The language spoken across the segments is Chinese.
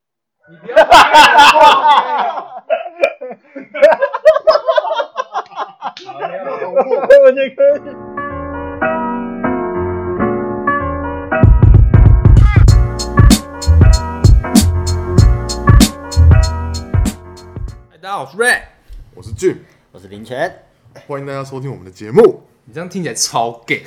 别别别我这个。哎大家好，我是 Ray。我是 Jim，我是林晨，欢迎大家收听我们的节目。你这样听起来超 gay。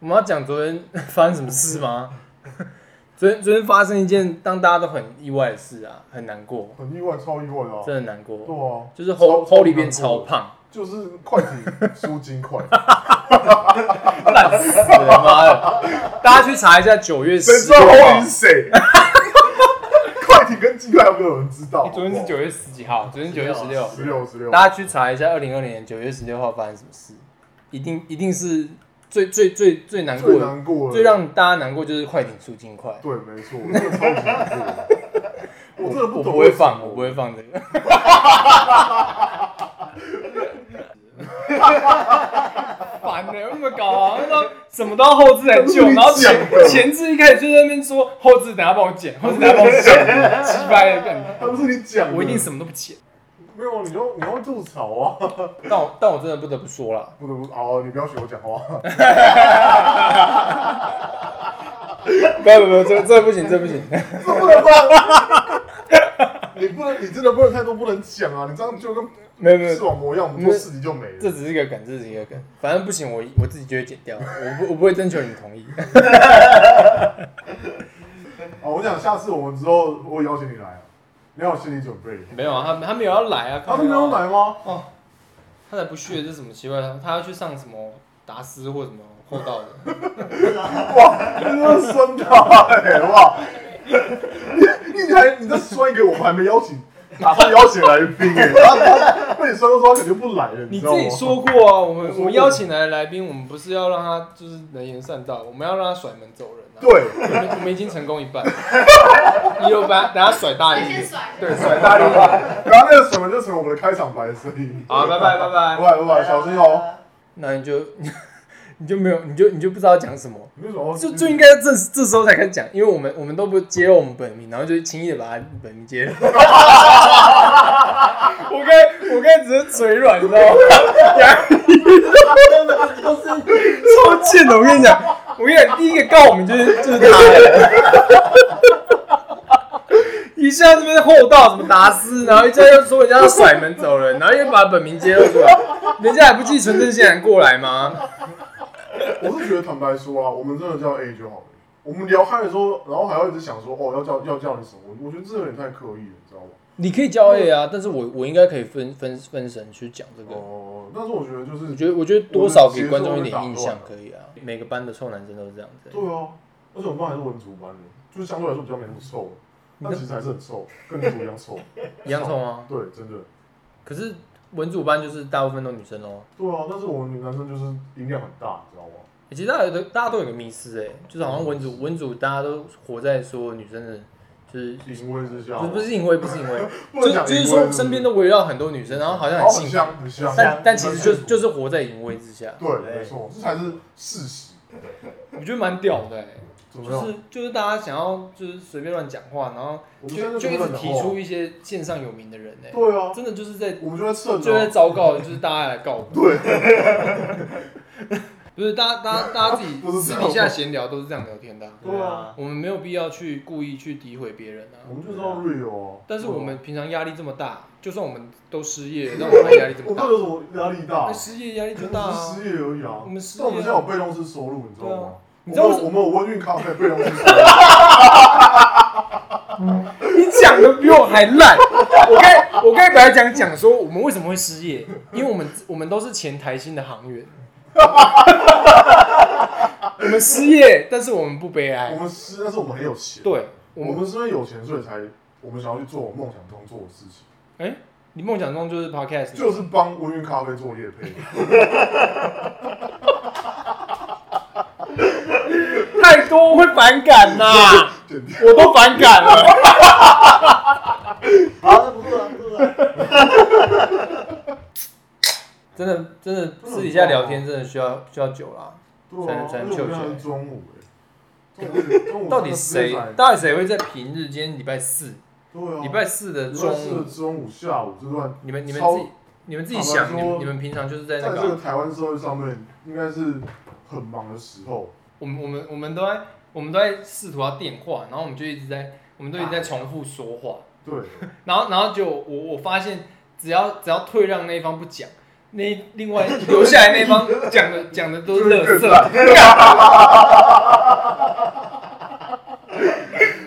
我们要讲昨天发生什么事吗？ 昨天昨天发生一件让大家都很意外的事啊，很难过，很意外，超意外的啊！真的很难过。对啊，就是超 Ho Holy 变超，难胖，过的就是快艇输 金块，烂死了妈的！大家去查一下九月谁十知道 Holy 号是，谁？ 快艇跟金块有没有人知 道？昨天是九月十几号，昨天九月十六，十六十六，大家去查一下二零二零年九月十六号发生什么事，一定一定是最最最最难过最的，难过的，最让大家难过就是快艇输金块。对，没错，真的超级难过的。 我真的我懂，不会放，我不会放这个。烦的、欸，那么搞啊，那种什么都要后置来救，然后前前置一开始就在那边说后置，等下帮我剪，后置等下帮我剪，鸡掰的干，他不是你讲的，我一定什么都不剪。没有，啊你要你要吐槽啊！ 但我但我真的不得不说啦，不得不，好，啊你不要学我讲话。 不要不要，这这不行，这不行。这不能放，你不能，你真的不能太多，不能讲啊！你这样就跟没有没视有，网膜一样，我们做事情就没这了。只是一个梗，这只是一个梗，反正不行，我我自己就会剪掉，我不我不会征求你同意。哦，我想下次我们之后，我邀请你来啊，你要有心理准备。没有啊，他他没有要来啊，他都没有来吗？他才不屑，这是什么奇怪？的？他要去上什么达斯或什么厚 道的？哇，你这是酸他哎、哇！你你还你在酸一个我们还没邀请，打算邀请来宾哎、然后他被你酸都说他肯定不来了，你自知道吗？己说过 啊，我我说们过我们邀请来的来宾，我们不是要让他就是能言善道，我们要让他甩门走人啊。对，我们我们已经成功一半， 你有把等他甩大先力先。甩，对， 甩大力。然后那个什么就成我们的开场白的声音。好，拜拜拜拜拜。拜拜，小心哦！ 那你就 你就没有，你就你就不知道讲什么。你为什么要就就应该这这时候才开始讲，因为我们我们都不揭露我们本名，然后就轻易的把他本名揭露。 我刚我刚才只是嘴软，你知道吗？ 超贱的！我跟你讲，我跟你讲，第一个告我们就是就是他，一下这边厚道什么达斯，然后一下又说人家要甩门走人，然后又把本名揭露出来，人家还不寄存证信函过来吗？我是觉得坦白说啊，我们真的叫 A 就好了。我们聊开的时候，然后还会一直想说，哦，要叫要叫你什么？我觉得这有点太刻意了，你知道吗？你可以交 A 啊，但是我我应该可以分分分神去讲这个。哦，但是我觉得就是，我觉得我觉得多少给观众一点印象可以啊。每个班的臭男生都是这样子。对啊，而且我们班还是文竹班的，就是相对来说比较没那么臭，嗯但其实还是很臭，跟你组一 样臭。一样臭吗？对，真的。可是文组班就是大部分都女生哦、对啊，但是我们男生就是音量很大，你知道吗？欸其实大家有的大家都有个迷思哎、就是好像文组文组大家都活在说女生的，就是淫威之下，不是不是因为不是因为， 不就能讲就淫威，是说身边都围绕很多女生，然后好像好很很性感，香很香，但但其实就是就是活在淫威之下，对，没错，这才是事实。我觉得蛮屌的哎、怎么就样？是就是大家想要就是随便乱讲话，然后我们现就在就一怎么直能提出一些线上有名的人哎、啊对啊，真的就是在我们就在 蹭就在啊，昭告，就是大家来告我。对， 不是大家大家大家自己 不是私这样底下闲聊都是这样聊天的啊、对啊，我们没有必要去故意去诋毁别人我啊。们就是要 real 啊。但是我们平常压力这么大，就算我们都失 业，但我们压力这我么们大，有什么压力大那？失业压力就大我啊们。是失业而已啊我。们失业但啊我们现在有被动式收入，你知道对吗啊？你知道我为们什有么我们有温韵咖啡被动式收入，你讲的比我还烂？我该我该本来讲讲说我们为什么会失业，因为我们我们都是前台新的航 员。我们失业，但是我们不悲哀我。们失，但是我们很有钱。，对，我我们们是因为有钱，所以才我们想要去做我梦想中做的事情，哎、你梦想中就是 podcast，吗就是帮温韵咖啡做业 配。太多会反感 呐、我都反感了。好，那不错了，不错啊了。真的，真的私底下聊天真的需要需要久啦。对才啊能，才而能且我救们起来 是中午哎，中午吃中午啊到底谁吃饭到底谁会在平日今天礼拜四对啊，礼拜四的礼拜四中的午，中午下午这段，你们你们超自己你们自己坦白想，你说们你们平常就是在在那这个啊个台湾社会上面，应该是很忙的时候。我们我们我们都在我们都在试图要电话，然后我们就一直在我们都一直在重复说话，对，然后然后就我我发现只要只要退让那一方不讲，那另 外留下来那一方讲的讲的都是垃就是更圾。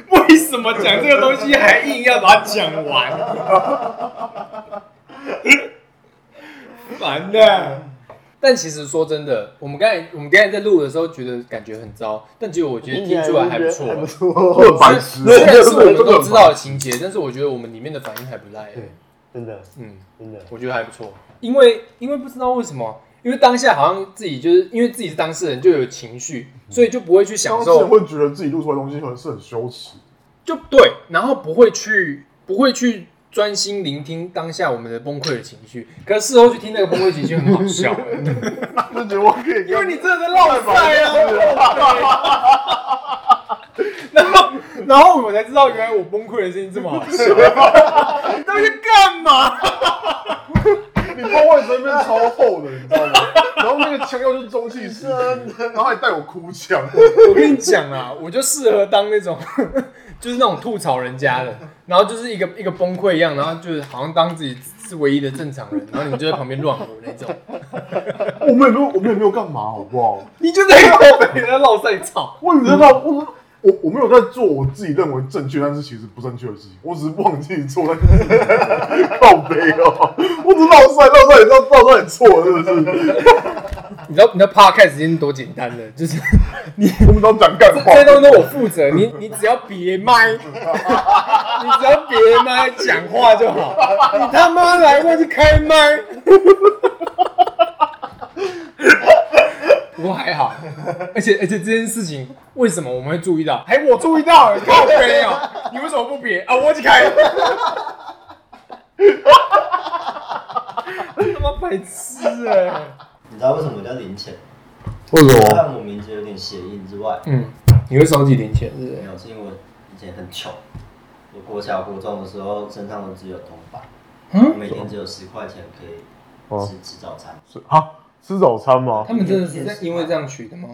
为什么讲这个东西还硬要把它讲完？烦的。但其实说真的，我们刚才我们刚才在录的时候觉得感觉很糟，但其实我觉得听出来还不错。不我错，很哦白痴，虽然是我们真的都很知道的情节，但是我觉得我们里面的反应还不赖。啊对真的嗯，真的，我觉得还不错。因为因为不知道为什么，因为当下好像自己就是因为自己是当事人，就有情绪，所以就不会去享当时受，会觉得自己录出来的东西很是很羞耻，就对，然后不会去不会去专心聆听当下我们的崩溃的情绪。可是事后去听那个崩溃情绪很好笑，欸就觉得我可因以为干你真的在浪白赛啊。然后，然后我才知道，原来我崩溃的事情这么好笑。你到底在干嘛？你包外层面超厚的，你知道吗？然后那个腔又是中气十足，然后还带我哭腔，我跟你讲啊，我就适合当那种， 就是那种吐槽人家的，然后就是一个一个崩溃一样，然后就是好像当自己是唯一的正常人，然后你就在旁边乱舞那种，我们也没有，我们也没有干嘛，好不好？你就在跟别人唠赛草。我也没有在，我我我没有在做我自己认为正确，但是其实不正确的事情，我只是忘记做那个靠背哦，我只是绕赛绕赛，你知道绕赛很错，是不是？你知道你知道 podcast 今天多简单的，就是我们都讲干这话这，些东西都我负责，你你只要别麦，你只要别麦讲话就好，你他妈来过去开麦。不过还好，而且而且这件事情为什么我们会注意到？还我注意到了，靠背哦、你为什么不别啊？我去开。 他妈白痴哎、你知道为什么叫零钱？为什除了？和我名字有点谐音之外，哦嗯，你会收集零钱是不是没？有，是因为我以前很穷。我国小国中的时候，身上都只有铜板，嗯我每天只有十块钱可哦以吃吃早餐。是哈，吃早餐吗？他们真的是在因为这样取的吗？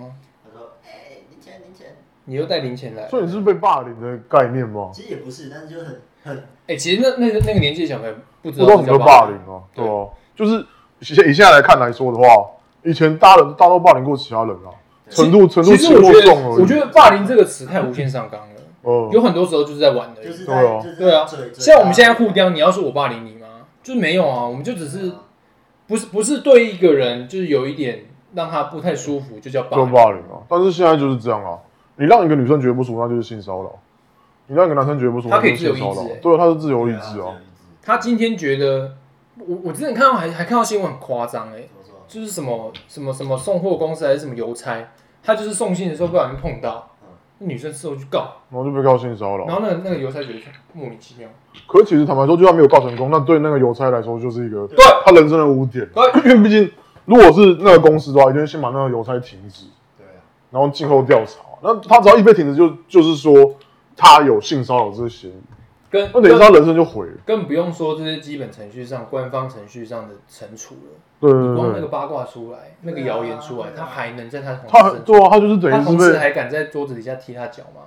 他说：“哎，零钱零钱。你又带零钱来？所以你是被霸凌的概念吗”？其实也不是，但是就很很哎、其实那那个那个年纪的小朋友不知我道都这很叫多霸霸凌凌啊，对啊，就是以现在来看来说的话，以前大人大都霸凌过其他人啊，程度程度其轻实我弱觉重得，而我已觉。得霸凌这个词太无限上纲了，嗯有很多时候就是在玩而就已。是对在哦就是对啊嘴，嘴像我们现在互啊刁，你要说我霸凌你吗？就是没有啊，我们就只嗯是不是不是对一个人就是有一点让他不太舒服，就叫霸就凌。霸凌啊，但是现在就是这样啊，你让一个女生觉得不舒服，那就是性骚扰。你让一个男生觉得不舒服，他那可以就是性骚自由意志扰欸。对，他是自由对意啊志啊。他今天觉得，我我之前看到还还看到新闻很夸张哎，怎么说？就是什么什么什么送货公司还是什么邮差，他就是送信的时候不小心碰到嗯，那女生事后去告，然后就被告性骚然扰。后那个那个邮差觉得莫名其妙。可是其实坦白说，就算没有告成功，那对那个邮差来说就是一个对他人生的污点。对因为 毕竟如果是那个公司的话，一定会先把那个邮差停止，对啊，然后静候调查。那他只要一被停止就，就是说他有性骚扰这个嫌疑，跟哦那等于是跟他人生就毁了。更不用说这些基本程序上、官方程序上的惩处了。对对光对那个对，八卦出来，那个谣言出来，对啊他还能在他同他事身对啊，他就是等他于同事是 被。还敢在桌子底下踢他脚吗？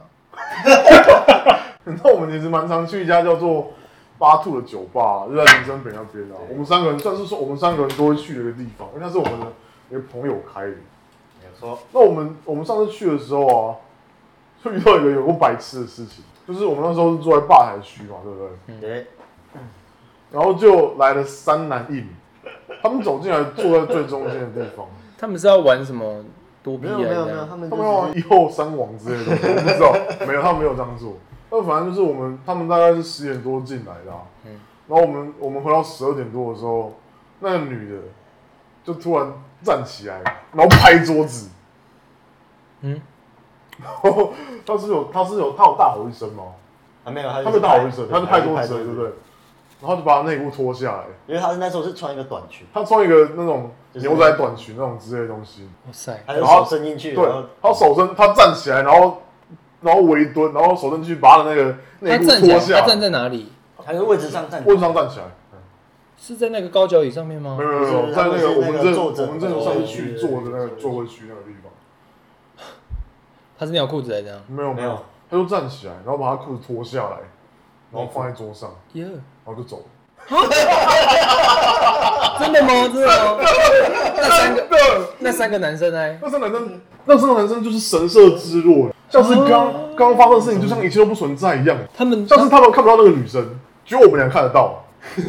你知道我们其实蛮常去一家叫做巴兔的酒吧，就在林森北那边啊。我们三个人算是说我们三个人都会去的一个地方，因为那是我们的一个朋友开的。没有错。那我们我们上次去的时候啊，就遇到一个有过白痴的事情，就是我们那时候是坐在吧台区嘛，对不对？哎对，然后就来了三男一女，他们走进来坐在最中间的地方，他们是要玩什么多逼没啊？有没有没有，他们他就们要是一后三王之类的，我不知道，没有，他们没有这样做。那反正就是我们，他们大概是十点多进来的、啊，嗯然后我们我们回到十二点多的时候，那个女的就突然站起来，然后拍桌子，嗯，然后她是有她是有她有大吼一声吗？啊没有，他她就是没大吼一声，她就对拍桌拍子了，对不对？然后就把她内裤脱下来，因为他那时候是穿一个短裙，她穿一个那种就是牛仔短裙那种之类的东西，哇塞，他就手伸进去，对然后，她手伸，她站起来，然后然后围蹲，然后手伸进去把他的那个内他裤站起脱来，下他站来，在哪里？他就位置上站着，位置上站起来。是在那个高脚椅上面吗没？有没有没有，就是在他那们个是我们那个正坐我着们的正上位去置坐的那个座位区那个地方，他是尿裤子来啊这样。没有没没有有，，他就站起来，然后把他裤子脱下来，然后放在桌上，耶、然后就走了。真的吗？真的吗？那三个对，那三个男生呢？那三个男生，那三个男生就是神社之弱，像是哦刚刚发生的事情，就像一切都不存在一样。他们像是他们看不到那个女生，只有我们俩看得 到。还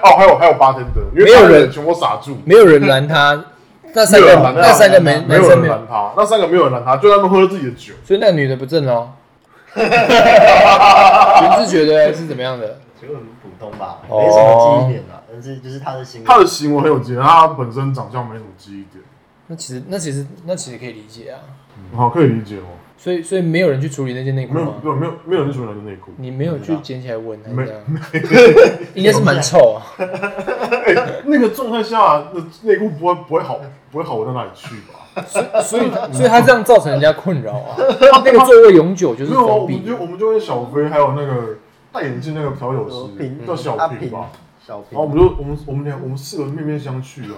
哦，还有还有八天的，因为没有人八天的全部傻住，没有人拦他，那三没有个人拦他那三个男没有男生人没有，拦他，那三个没有人拦他，就让他们喝了自己的酒。所以那女的不正 哦。原自觉得是怎么样的？就很普通吧，哦没什么记忆点啊，但是就是他的行为，他的行为很有经验，他本身长相没什么记忆点，那其实那其实那其实可以理解啊。好可以理解哦。所以所以没有人去处理那件内裤没有吗？没有没有没有人喜欢男的内裤，你没有去捡起来闻还是没这样？应该是蛮臭啊。哎那个状态下那内裤不会不会好不会好闻到哪里去吧？所以所以他这样造成人家困扰啊。那个座位永久就是没有啊，封我闭们。就我们就跟小飞还有那个戴眼镜那个调酒有师嗯品叫小阿平吧，小然后我平，们就我们我们俩我们四个面面相觑啊，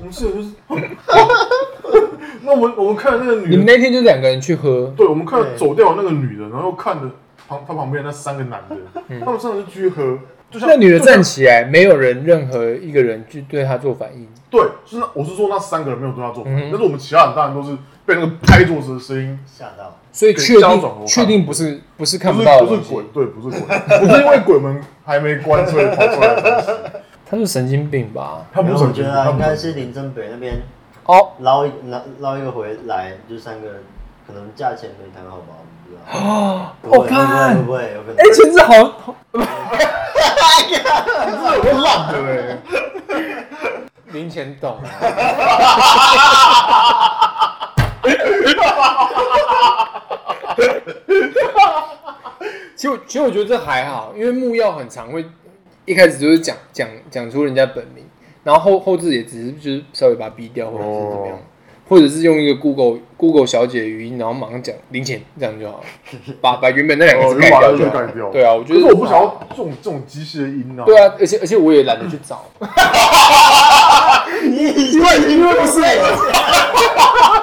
我们四 个就是， 那我们我们看着那个你女们的，那天就两个人去喝，对，我们看着对走掉的那个女的，然后看着旁她旁边那三个男的，嗯他们三个就继续喝，就像那女的就像站起来，没有人任何一个人去对她做反应。对，就是那我是说那三个人没有对她做反应，嗯但是我们其他人当然都是被那个拍桌子的声音，吓到，所以确对交转定我看确定不是不是看不不是到的不东是西鬼，，对，不是鬼，不是因为鬼门还没关所以跑出来的东西，他是神经病吧？他没不有是我神觉经病，得啊他应不该是神是经病林正北那边哦捞一捞捞一个回来，就三个人，可能价钱没谈好吧，我不知道，哦，不我会会看不，会有可能哎，，裙子好好，这会烂的嘞。 零钱懂啊。其实，其实我觉得这还好，因为木曜很常会一开始就是讲讲讲出人家本名，然后后后置也只是就是稍微把它逼掉，或者是怎么样，哦或者是用一个 Google Google 小姐的语音，然后马上讲零钱这样就 好了，把把原本那两个哦，字就盖把掉它就就好改了。掉。对啊，我觉得可是我不想要这种这种机械的音啊。对啊，而且而且我也懒得去 找，因为因为不是我，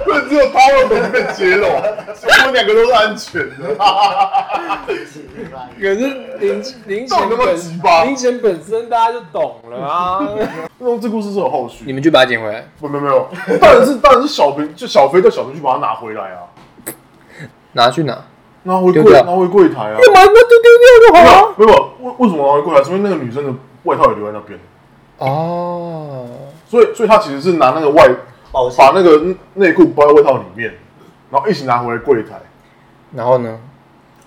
不能只有他会懂被接了，我们两个都是安全的。可是零零到钱底那么鸡巴本零钱本身大家就懂了 啊。那这故事是有后续你，们去把它捡回来，没有没 有，啊当然是当然是小平，就小飞叫小平去把它拿回来啊，拿去哪？拿回丢柜掉拿回柜台啊。干嘛那丢丢没掉就好有了。没有，为为什么拿回柜台？是因为那个女生的外套也留在那边，哦，所以所以她其实是拿那个外抱歉把，那个内裤包在外套里面，然后一起拿回来柜台。然后呢？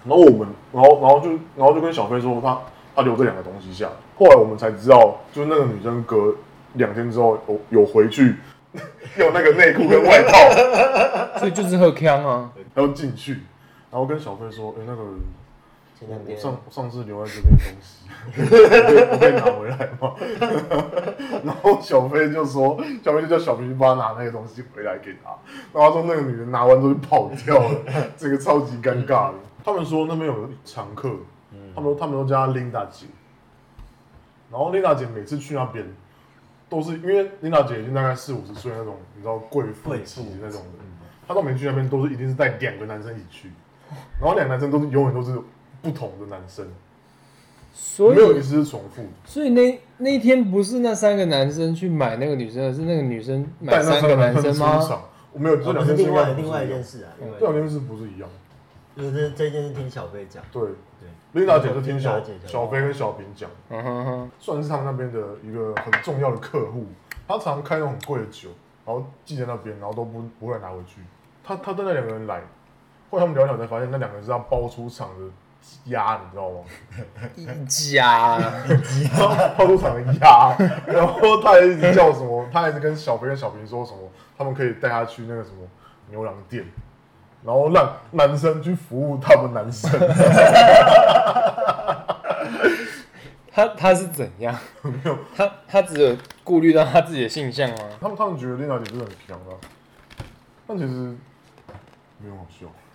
然后我们，然后然后就然后就跟小飞说他他留这两个东西下来。后来我们才知道，就是那个女生隔两天之后有有回去， 有那个内裤跟外套，所以就是喝康啊。然后进去，然后跟小飞说，哎、那个前两我天上我上次留在这边的东西， 我可以我可以拿回来吗？ 然后小飞就说，小飞就叫小平去帮他拿那个东西回来给他，然后他说那个女人拿完之后就跑掉了， 整个超级尴尬的。他们说那边有个常客，他们他们都叫她 Linda 姐，然后 Linda 姐每次去那边。都是因为 Linda 姐已经大概四五十岁那种，你知道贵妇贵妇级那种的，她到每次去那边都是一定是带两个男生一起去，然后两个男生都是永远都是不同的男生，所没有一以，次是重复的。所以那那一天不是那三个男生去买那个女生，而是那个女生买但那三时候个男生出吗？场？我没有，这哦两不是件事另应外该不是另外一一样件，事啊，另外一这件两件事不是一样。就是这这件事听小 贝讲，对，对，琳达姐是听 Linda 小姐讲小飞跟小平讲，嗯哼哼，算是他们那边的一个很重要的客户。他常开那种很贵的酒，然后寄在那边，然后都不不会拿回去。他他带那两个人来，后来他们聊一聊才发现，那两个人是他包出厂的鸭，你知道吗？一家。 泡出场的鸭，然后他还一直叫什么，他还一直跟小肥跟小平说什么，他们可以带他去那个什么牛郎店，然后让男生去服务他们男生，他他是怎 样？他他只有顾虑到他自己的性向吗？他们他们觉得丽娜姐是很强啊，但其实没有好笑。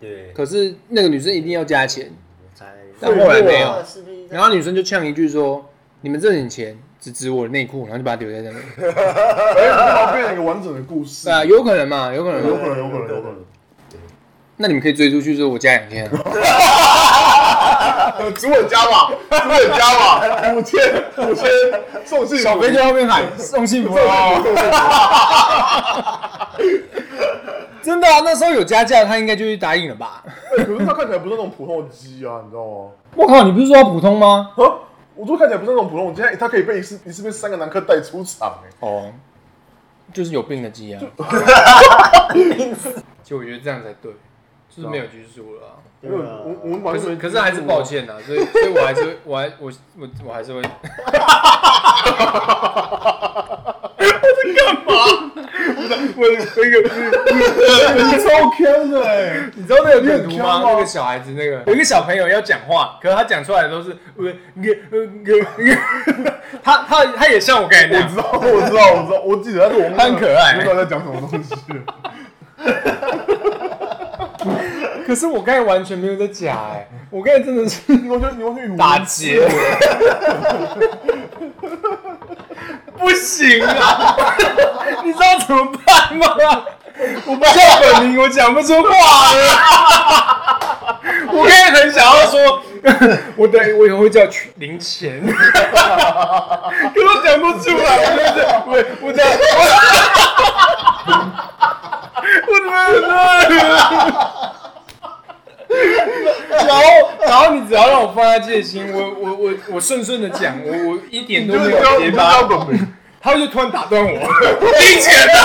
对，可是那个女生一定要加钱，我猜但后来没有。是不是然后女生就呛一句说：“你们这点钱只值我的内裤。”然后就把它留在那 里。哎，这好像变成一个完整的故事对。啊，有可能嘛，有可能有嘛。可能，有可能，有可能。 那你们可以追出去说：“我加两 千、啊。呃，主委加吧，主委加吧，五千，五千，送信”小飞在后面喊：“送幸福 哦！”真的啊，那时候有加价，他应该就去答应了吧？哎可是它看起来不是那种普通的鸡啊，你知道吗？我靠，你不是说他普通吗？啊，我说看起来不是那种普通的鸡，它它可以被一次一次被三个男客带出场哎。哦，就是有病的鸡啊！其实我觉得这样才对，就是没有拘束了啊、因为我我们可完是全可是还是 抱歉呐、啊所以所以我还是我还我我我还是会，我这个你超坑的 哎，你知道那个梗图你很吗挑？吗那个小孩子那个有一个小朋友要讲话，可是他讲出来的都是呃呃呃呃， 他他他也像我刚才那我知样，道，我知道，我知道，我记得，但是我他很可爱不知道在讲什么东西。 可是我刚才完全没有在假哎、 我刚才真的是你完全你完全语无打结， 不行啊！ 你知道怎么办吗？我不叫本名，我讲不出话 了。我刚才很想要说， 我等我以后会叫曲零 钱，可我讲不出来，我真的 我我讲我。 我怎么然后，然后你只要让我放下戒心，我我我我顺顺的讲，我我一点你都就是没不要有你结就是不巴要，本名，他就突然打断我，并且呢，